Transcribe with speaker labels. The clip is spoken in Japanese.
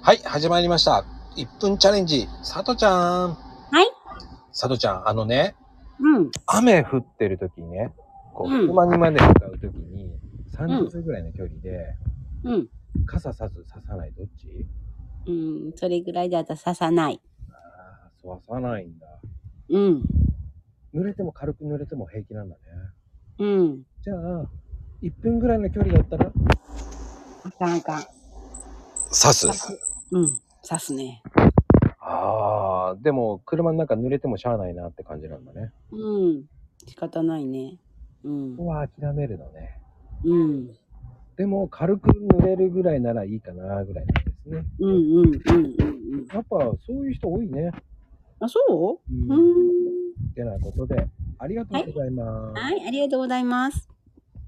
Speaker 1: はい、始まりました。1分チャレンジ、さとちゃん。
Speaker 2: はい。
Speaker 1: さとちゃん、あのね、
Speaker 2: うん。
Speaker 1: 雨降ってる時にね、こう、
Speaker 2: うん
Speaker 1: 車にまで向かう時に、30分ぐらいの距離で、
Speaker 2: うん。
Speaker 1: 傘さず、ささない、どっち
Speaker 2: うん。それぐらいで私刺さない。
Speaker 1: ああ、そうさないんだ。
Speaker 2: うん。
Speaker 1: 濡れても軽く濡れても平気なんだね。
Speaker 2: うん。
Speaker 1: じゃあ、1分ぐらいの距離だったら、
Speaker 2: あかんあかん。
Speaker 1: 刺す
Speaker 2: うん。刺すね。
Speaker 1: ああ、でも、車の中濡れてもしゃあないなって感じなんだね。
Speaker 2: うん。仕方ないね。うん
Speaker 1: こ。こは諦めるのね。
Speaker 2: うん。
Speaker 1: でも、軽く濡れるぐらいならいいかな、ぐらいなんですね。
Speaker 2: うんうんうんうんうん。
Speaker 1: やっぱそういう人多いね。。
Speaker 2: あ、そうううんん。
Speaker 1: ってなことで、ありがとうございます。
Speaker 2: はい、ありがとうございます。